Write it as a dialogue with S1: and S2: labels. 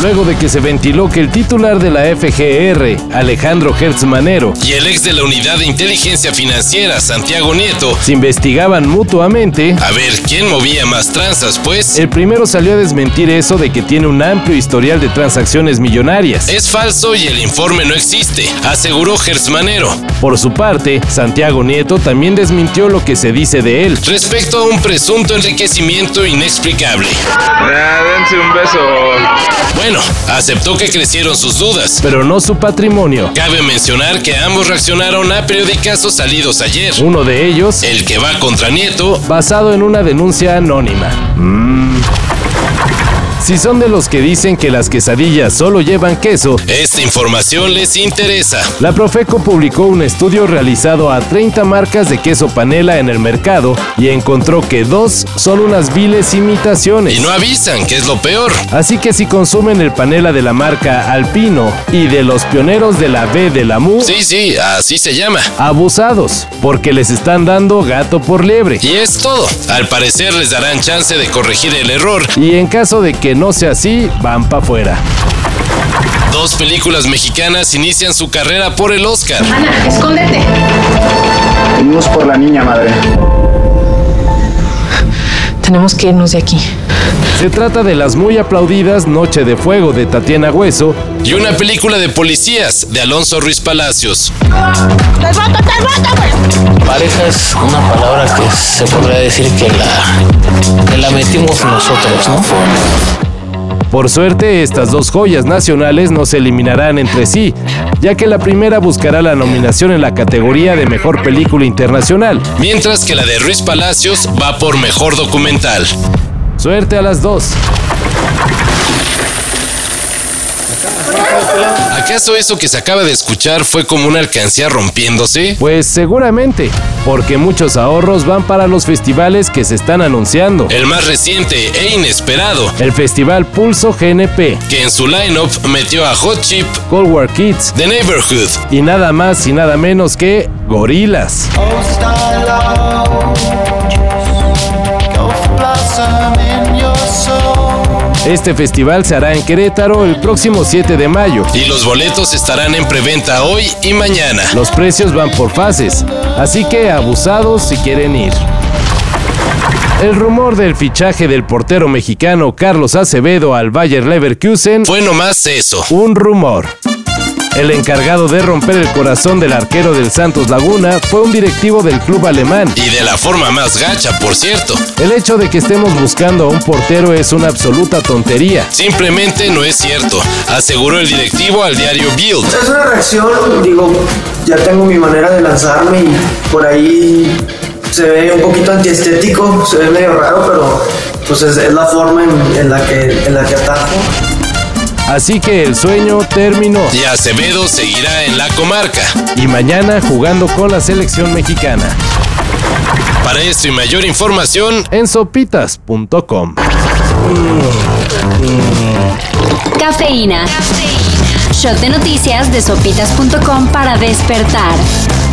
S1: Luego de que se ventiló que el titular de la FGR, Alejandro Hertz Manero, y el ex de la Unidad de Inteligencia Financiera, Santiago Nieto, se investigaban mutuamente, a ver quién movía más tranzas, pues, el primero salió a desmentir eso de que tiene un amplio historial de transacciones millonarias. Es falso y el informe no existe, aseguró Hertz Manero. Por su parte, Santiago Nieto también desmintió lo que se dice de él respecto a un presunto enriquecimiento inexplicable.
S2: Nah, dense un beso.
S1: Bueno, aceptó que crecieron sus dudas, pero no su patrimonio. Cabe mencionar que ambos reaccionaron a periodicazos salidos ayer. Uno de ellos, el que va contra Nieto, basado en una denuncia anónima. Mm. Si son de los que dicen que las quesadillas solo llevan queso, esta información les interesa. La Profeco publicó un estudio realizado a 30 marcas de queso panela en el mercado y encontró que dos son unas viles imitaciones. Y no avisan, que es lo peor. Así que si consumen el panela de la marca Alpino y de los pioneros de la B de la MU. Sí, sí, así se llama. Abusados, porque les están dando gato por liebre. Y es todo. Al parecer les darán chance de corregir el error. Y en caso de que no sea así, van para afuera. Dos películas mexicanas inician su carrera por el Oscar.
S3: Ana, escóndete.
S2: Venimos por la niña, madre.
S3: Tenemos que irnos de aquí.
S1: Se trata de las muy aplaudidas Noche de Fuego de Tatiana Hueso y una película de policías de Alonso Ruiz Palacios.
S4: ¡Te mato, te mato, güey!
S5: Pareja es una palabra que se podría decir que la, que la metimos nosotros, ¿no?
S1: Por suerte, estas dos joyas nacionales no se eliminarán entre sí, ya que la primera buscará la nominación en la categoría de Mejor Película Internacional, mientras que la de Ruiz Palacios va por Mejor Documental. Suerte a las dos. ¿Acaso eso que se acaba de escuchar fue como una alcancía rompiéndose? Pues seguramente, porque muchos ahorros van para los festivales que se están anunciando. El más reciente e inesperado, el Festival Pulso GNP, que en su lineup metió a Hot Chip, Cold War Kids, The Neighborhood y nada más y nada menos que Gorilas. Este festival se hará en Querétaro el próximo 7 de mayo. Y los boletos estarán en preventa hoy y mañana. Los precios van por fases, así que abusados si quieren ir. El rumor del fichaje del portero mexicano Carlos Acevedo al Bayer Leverkusen fue nomás eso, un rumor. El encargado de romper el corazón del arquero del Santos Laguna fue un directivo del club alemán. Y de la forma más gacha, por cierto. El hecho de que estemos buscando a un portero es una absoluta tontería. Simplemente no es cierto, aseguró el directivo al diario Bild.
S6: Pues Es una reacción, digo, ya tengo mi manera de lanzarme y por ahí se ve un poquito antiestético, se ve medio raro, pero pues es, es la forma en, en, la que, en la que atajo.
S1: Así que el sueño terminó. Y Acevedo seguirá en la comarca. Y mañana jugando con la selección mexicana. Para esto y mayor información en sopitas.com.
S7: Cafeína. Shot de noticias de sopitas.com para despertar.